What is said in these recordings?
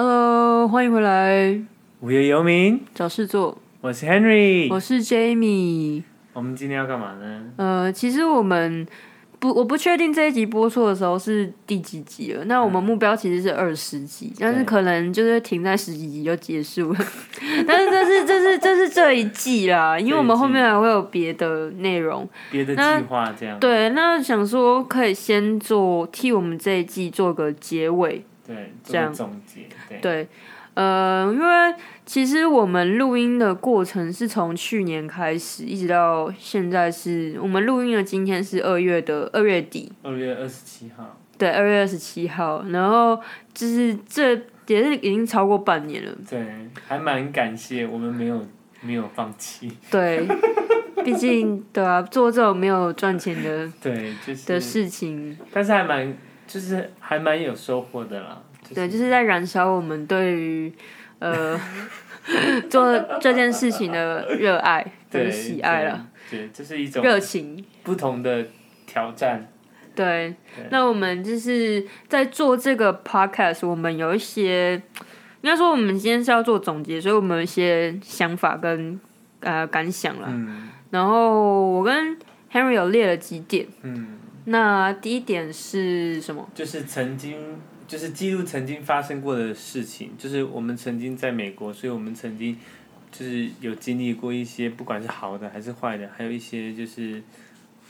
Hello，欢迎回来，无业游民，找事做。我是 Henry。我是 Jamie。我们今天要干嘛呢？呃，其实我们不，我不确定这一集播出的时候是第几集了。那我们目标其实是二十集，但是对可能就是停在十几集就结束了。 但是这是这是这是这一季啦，因为我们后面还会有别的内容。别的那计划这样。对，那想说可以先做替我们这一季做个结尾。对，这做样个总结。对，对，呃，因为其实我们录音的过程是从去年开始，一直到现在是我们录音的今天是二月的二月底，二月二十七号。对，二月二十七号，然后就是这也是已经超过半年了，对，还蛮感谢我们没有没有放 弃。对，毕竟对啊，做这种没有赚钱的对，就的是，事情，但是还蛮，就是还蛮有收获的啦。对，就是在燃烧我们对于呃 做这件事情的热爱跟对，喜爱了。对。对，这是一种热情。不同的挑战。对对，那我们就是在做这个 podcast，我们有一些，应该说我们今天是要做总结，所以我们有一些想法跟呃感想了。嗯然后我跟 Henry 有列了几点，嗯，那第一点是什么？就是曾经，就是记录曾经发生过的事情，就是我们曾经在美国，所以我们曾经就是有经历过一些，不管是好的还是坏的，还有一些就是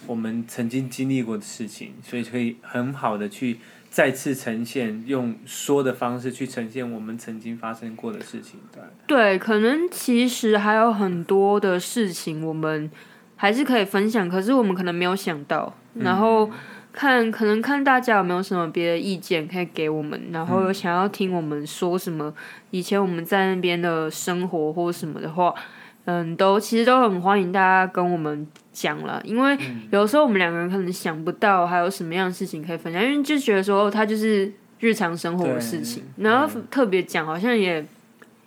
我们曾经经历过的事情，所以可以很好的去再次呈现，用说的方式去呈现我们曾经发生过的事情。对，对，可能其实还有很多的事情我们还是可以分享，可是我们可能没有想到，嗯然后看可能看大家有没有什么别的意见可以给我们，然嗯后有想要听我们说什么，以前我们在那边的生活或什么的话。嗯，都其实都很欢迎大家跟我们讲了，因为嗯有时候我们两个人可能想不到还有什么样的事情可以分享，因为就觉得说哦，它就是日常生活的对事情，然后特别讲好像也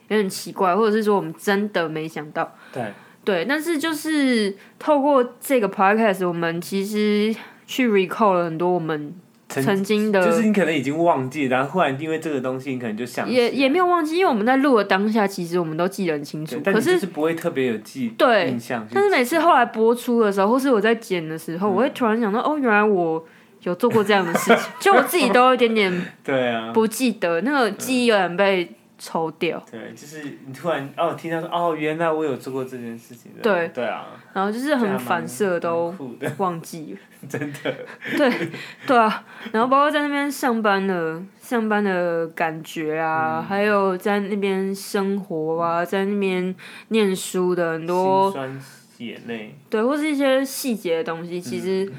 有点奇怪，或者是说我们真的没想到。对，对，但是就是透过这个 podcast，我们其实去 recall 了很多我们曾曾经的，就是你可能已经忘记，然后忽然因为这个东西，你可能就想起也来也没有忘记，因为我们在录的当下，其实我们都记得很清楚对。但可，你就是是不会特别有记对印象去记，但是每次后来播出的时候，或是我在剪的时嗯候，我会突然想到，哦，原来我有做过这样的事情，就我自己都有一点 点对啊，不记得，那个记忆有点被抽掉。对，就是你突然哦听到说哦，原来我有做过这件事情的。对对啊，然后就是这很还蛮反射哦都蛮酷的，忘记了。 真的。 对对啊，然后包括在那边上班的上班的感觉嗯啊，还有在那边生活啊，在那边念书的很多心酸眼泪，对，或是一些细节的东西，其嗯实。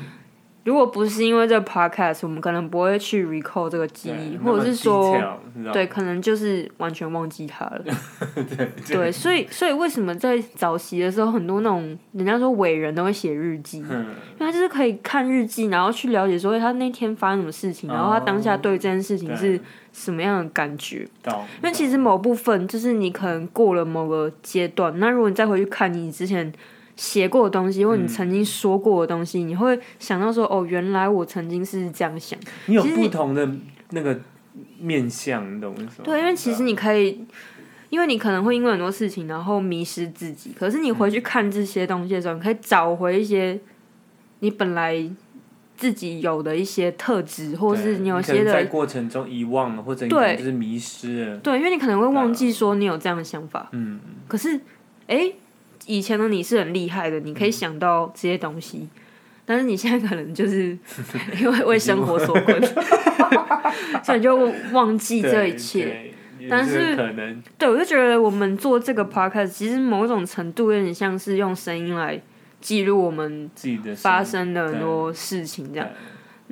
如果不是因为这个 podcast，我们可能不会去 recall 这个记忆，对或者是说，，那么 detail，你知道对，可能就是完全忘记它了。 对对，所以所以为什么在早期的时候，很多那种人家说伟人都会写日记，嗯，因为他就是可以看日记，然后去了解说哎他那天发生什么事情，哦然后他当下对这件事情对是什么样的感觉。懂。因为其实某部分就是你可能过了某个阶段，那如果你再回去看你之前写过的东西，或你曾经说过的东西，你会想到说哦，原来我曾经是这样想。你有其实不同的那个面相，你懂我意思吗？对，因为其实你可以，因为你可能会因为很多事情然后迷失自己，可是你嗯回去看这些东西的时候，你可以找回一些你本来自己有的一些特质，或对是你有可些能在的过程中遗忘了，或者你可能对就是迷失了。对，因为你可能会忘啊记说你有这样的想法，嗯，可是哎、诶以前的你是很厉害的，你可嗯以想到这些东西。但是你现在可能就是 因为为生活所困， 所以你就忘记这一切。对，对但有这个是可能对，我就觉得我们做这个 podcast，其实某种程度有点像是用声音来记录我们自己的发心生的很多事情这样。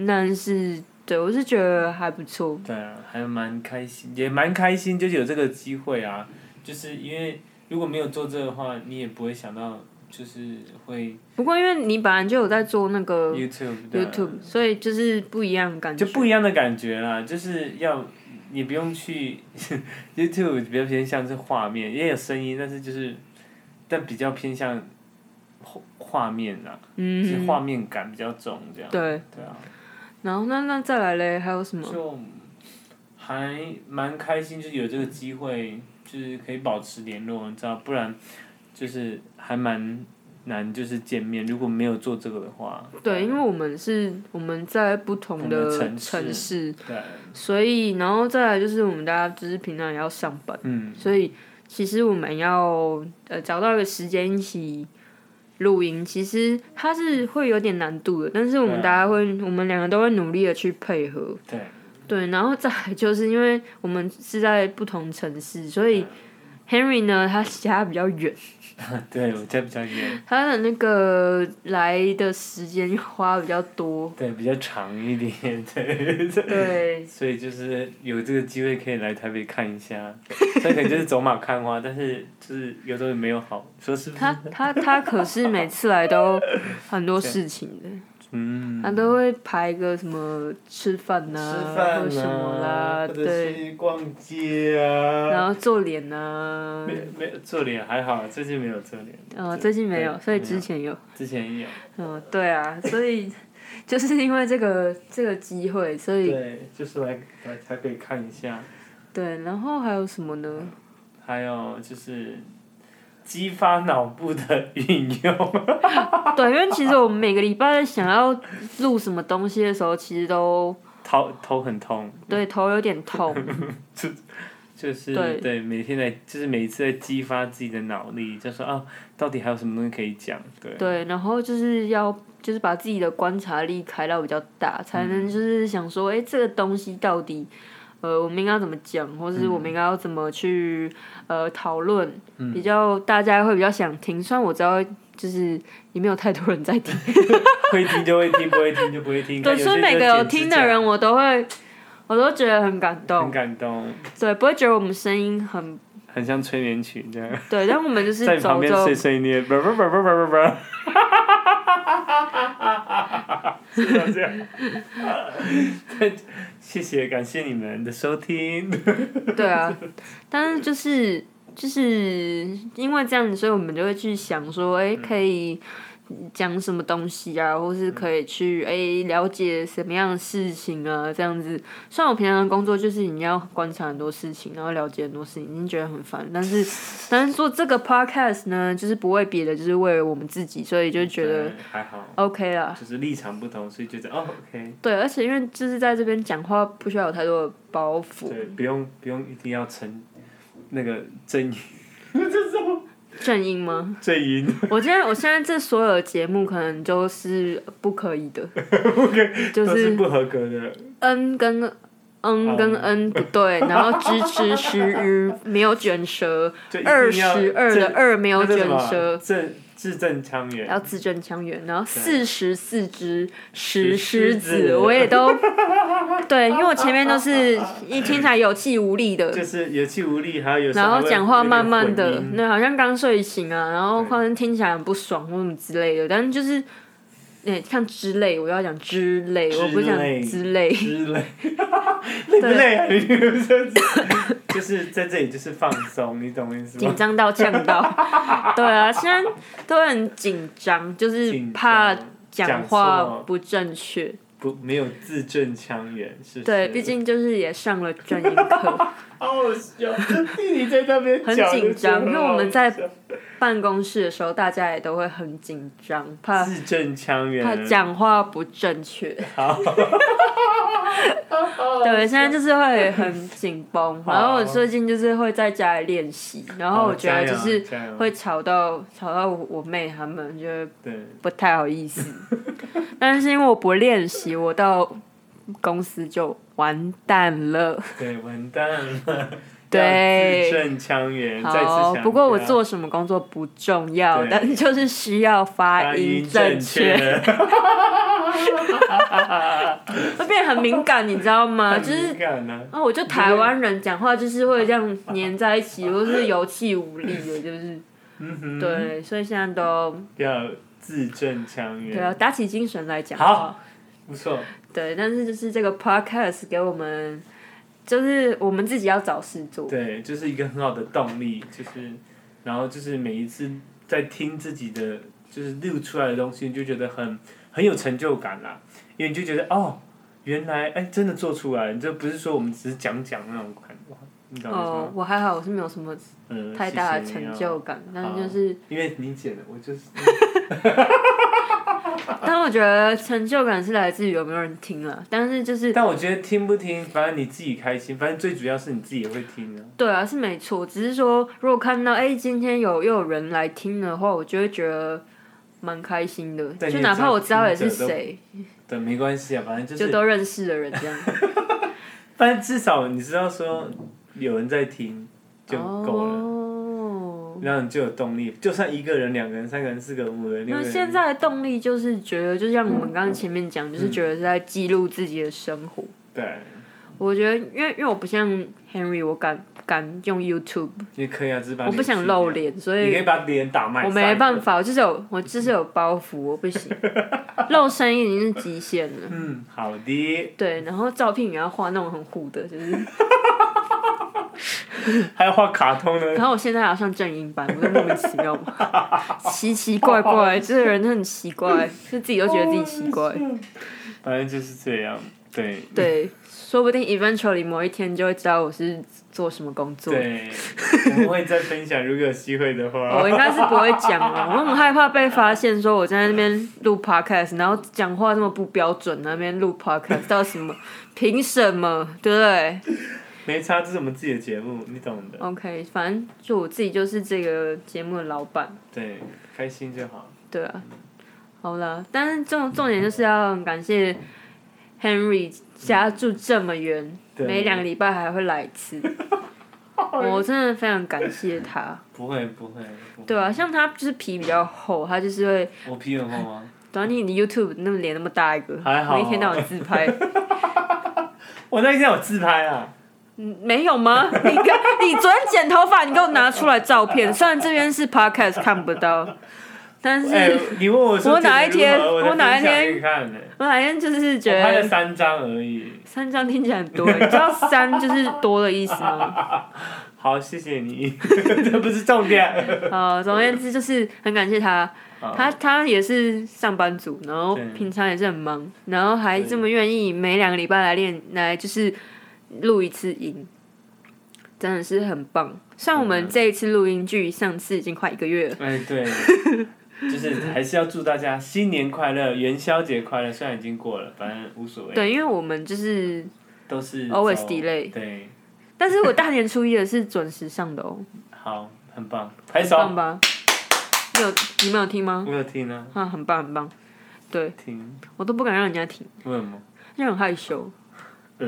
但是，对我是觉得还不错。对啊，还蛮开心，也蛮开心，就是有这个机会啊。就是因为如果没有做这的话，你也不会想到就是会不过因为你本来就有在做那个 YouTube 的 YouTube，所以就是不一样的感觉啊就。不一样的感觉啦。就是要你不用去 YouTube 比较偏向是画面，也有声音，但是就是但比较偏向画画面啦，是嗯，画面感比较重这样。对。对啊，然后那那再来嘞，还有什么？就还蛮开心，就是有这个机会，就是可以保持联络，你知道，不然就是还蛮难，就是见面。如果没有做这个的话，对，因为我们是我们在不同不同的的城市城市，对，所以然后再来就是我们大家就是平常也要上班，嗯，所以其实我们要呃找到一个时间一起录音，其实它是会有点难度的，但是我们对啊大家会，我们两个都会努力的去配合。对，对，然后再来就是因为我们是在不同城市，所啊以 Henry 呢，他家比较远，对我家比较远，他的那个来的时间花比较 多。对，比较长一点，对。对，所以就是有这个机会可以来台北看 一下，这可能就是走马看花，但是就是有时候也没有好，说是不是？他他他可是每次来都很多事情的，嗯，他都会排个什么吃饭呐、吃或饭者什么啊，啦，或者对，是逛街啊。然后做脸呐、没没有做脸还好，最近没有做脸，呃，最近没有，对所以没有之前有。之前也有。嗯，对啊，所以 就是因为这个这个机会，所以对，就是来来台北看一下，对，然后还有什么呢？还有就是激发脑部的运用。对，因为其实我们每个礼拜想要录什么东西的时候，其实都头头很痛，对头有点痛。就是对每天在就是每一次在激发自己的脑力，就说啊，到底还有什么东西可以讲？对，对，然后就是要就是把自己的观察力开到比较大，才嗯能就是想说，哎、这个东西到底。呃，我们应该要怎么讲，嗯或是我们应该要怎么去、呃讨论，嗯比较大家会比较想听。虽然我知道，就是也没有太多人在听，会听就会听，不会听就不会听。对，看所以有些每就个有剪指听的甲人，我都会，我都觉得很感动很。感动，对，不会觉得我们声音很很像催眠曲这样，对，但我们就是在你旁走边走碎碎念，不不不不不不不， 是这样这样。谢谢，感谢你们的收听。 对啊，但是就是就是因为这样子，所以我们就会去想说，哎、嗯可以讲什么东西啊，或是可以去哎、了解什么样的事情啊，这样子。虽然我平常的工作就是你要观察很多事情，然后了解很多事情，已经觉得很烦，但 是但是做这个 podcast 呢，就是不为别的，就是为了我们自己，所以就觉得对还好， OK 啦。就是立场不同，所以觉得哦，OK，对，而且因为就是在这边讲话不需要有太多的包袱，对，不用不用一定要成那个正正音吗？正音， 我今天我现在这所有的节目可能就是不可以的，就都是是不合哦格的。嗯跟嗯跟嗯不对，然后支持十 鱼没有卷舌，就一二定要十二的正二没有那叫什卷么舌，正字正腔圆。要字正腔圆，然后对四十四只石石狮狮子子，我也 都对，因为我前面都是一听起来有气无 力的，就是有气无力，还有有时候然还后会讲话慢慢有的点混，嗯音那好像刚睡醒啊，然后对忽然听起来很不爽或什么之类的，但是就是，哎、看之类，我要讲之类，之类我不是讲之类，之类，累不累啊？你不是就是在这里就是放松，你懂我意思紧吗？张到呛 到，对啊，现在都很紧张，就是紧张怕讲话讲错不正确，不没有字正腔圆，是不是对，毕竟就是也上了正音课， 好好笑，弟弟在那边很讲紧张就觉得很因为我们在好笑办公室的时候大家也都会很紧张，怕字正腔怕圆，讲话不正确。 对，现在就是会很紧绷，好然后我最近就是会在家里练习，然后我觉得就是加油加油会吵到吵到我我妹她们，就对不太好意 思。但是因为我不练习，我到公司就完蛋了。对完蛋了，对要字正腔圆，再次好，强不过我调做什么工作不重要对，但就是需要发发音音正确。确，会变得很敏感，你知道 吗？就是敏感呢。啊，我就台湾人讲话就是会这样黏在一起，或是有气无力的，就是嗯哼，对，所以现在都要字正腔对圆，啊，打起精神来讲好话，不错，对，但是就是这个 podcast 给我们，就是我们自己要找事做，对，就是一个很好的动力，就是，然后就是每一次在听自己的就是录出来的东西，你就觉得很很有成就感啦，因为你就觉得哦，原来哎，真的做出来，这不是说我们只是讲讲那种感觉，你懂我意思哦吗？，我还好，我是没有什么嗯，太大的谢谢你成啊就感，但好是就是，因为你剪的，我就是但我觉得成就感是来自于有没有人听了，但是就是但我觉得听不听，反正你自己开心，反正最主要是你自己也会听啊。对啊，是没错，只是说如果看到哎、今天有又有人来听的话，我就会觉得蛮开心的，对就你也哪知怕道我知道也听是者都谁，对，没关系啊，反正就，就是都认识的人这样。反正至少你知道说有人在听 就够了，哦，然后你就有动力。就算一个人、两个人、三个人、四个人、五个人、六那个人，现在的动力就是觉得，就像我们刚刚前面讲，嗯就是觉得是在记录自己的生活。对，我觉得，因为因为我不像 Henry，我敢敢用 YouTube，你可以啊，只是把我不脸去想掉露，脸，所你可以以把脸打麦，我没办。法，我就是有我就是有包袱，我不 行，露声音已经是极限了。嗯，好的，对，然后照片也要画那种很糊的，就是，还要画卡通呢。然后我现在还要上正音班，我就莫名其妙嘛，奇奇怪怪，这个人真的很奇怪，就自己都觉得自己奇怪。反正就是这样，对对，说不定 eventually 某一天就会知道我是做什么工作。对，我们会再分享，如果有机会的话。我应该是不会讲了，我很害怕被发现，说我在那边录 podcast，然后讲话这么不标准，那边录 podcast 到底什么？凭什么？对不对没差，这是我们自己的节目，你懂的。 ？OK，反正就我自己就是这个节目的老板，对，开心就好。对啊。好了，但是重重点就是要很感谢 Henry 家住这么远，对每两个礼拜还会来一 次，我真的非常感谢他。不会不会。不会对啊，像他就是皮比较厚，他就是会，我皮很厚 吗？短你你 YouTube 那么脸那么大一个，还好我一天到晚自拍， 我那天有自拍啊，嗯没有吗？你跟 你昨天剪头发，你给我拿出来照片，虽然这边是 Podcast 看不到，但是、哎、你问我说我哪一天剪得如何我哪一天才分享给你看呢、我反正就是觉我拍了得三张而已。三张听起来很多，欸你知道三就是多的意思 吗？好，谢谢你， 这不是重点。啊，总而言之就是很感谢他，好他他也是上班族，然后对平常也是很忙，然后还对这么愿意每两个礼拜来练，来就是录一次音，真的是很棒。像我嗯们这一次录音距离上次已经快一个月了，哎，对，就是还是要祝大家新年快乐，元宵节快乐。虽然已经过了，反正无所谓，对，因为我们就是，都是 Always 走 delay 对，但是我大年初一的是准时上的哦，好，很棒，拍很手。棒吧？你有你没有听吗？我有听啊，啊，很棒很棒，对听，我都不敢让人家听，为什么？因为很害羞。呃，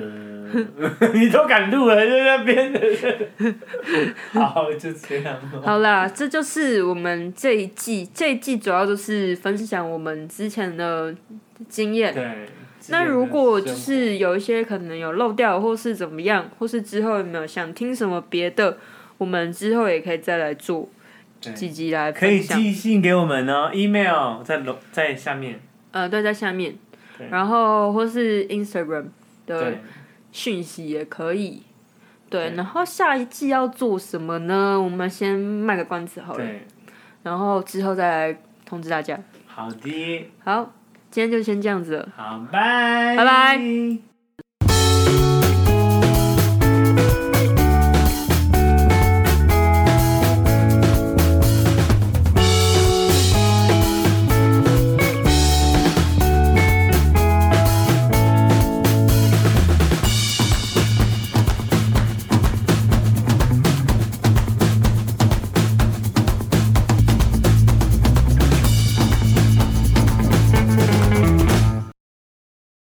你都敢录了，在那边的 人，好，就这样咯。好啦，这就是我们这一季，这一季主要就是分享我们之前的经验。对。那如果就生是有一些可能有漏掉，或是怎么样，或是之后有没有想听什么别的，我们之后也可以再来做对几集来可以分享。寄信给我们哦，email 在楼在下面。呃，对，在下面对，然后或是 Instagram 的对，讯息也可以。对，对然后下一季要做什么呢？我们先卖个关子好了，对，然后之后再来通知大家。好的，Um, 好，今天就先这样子了。好，拜拜拜。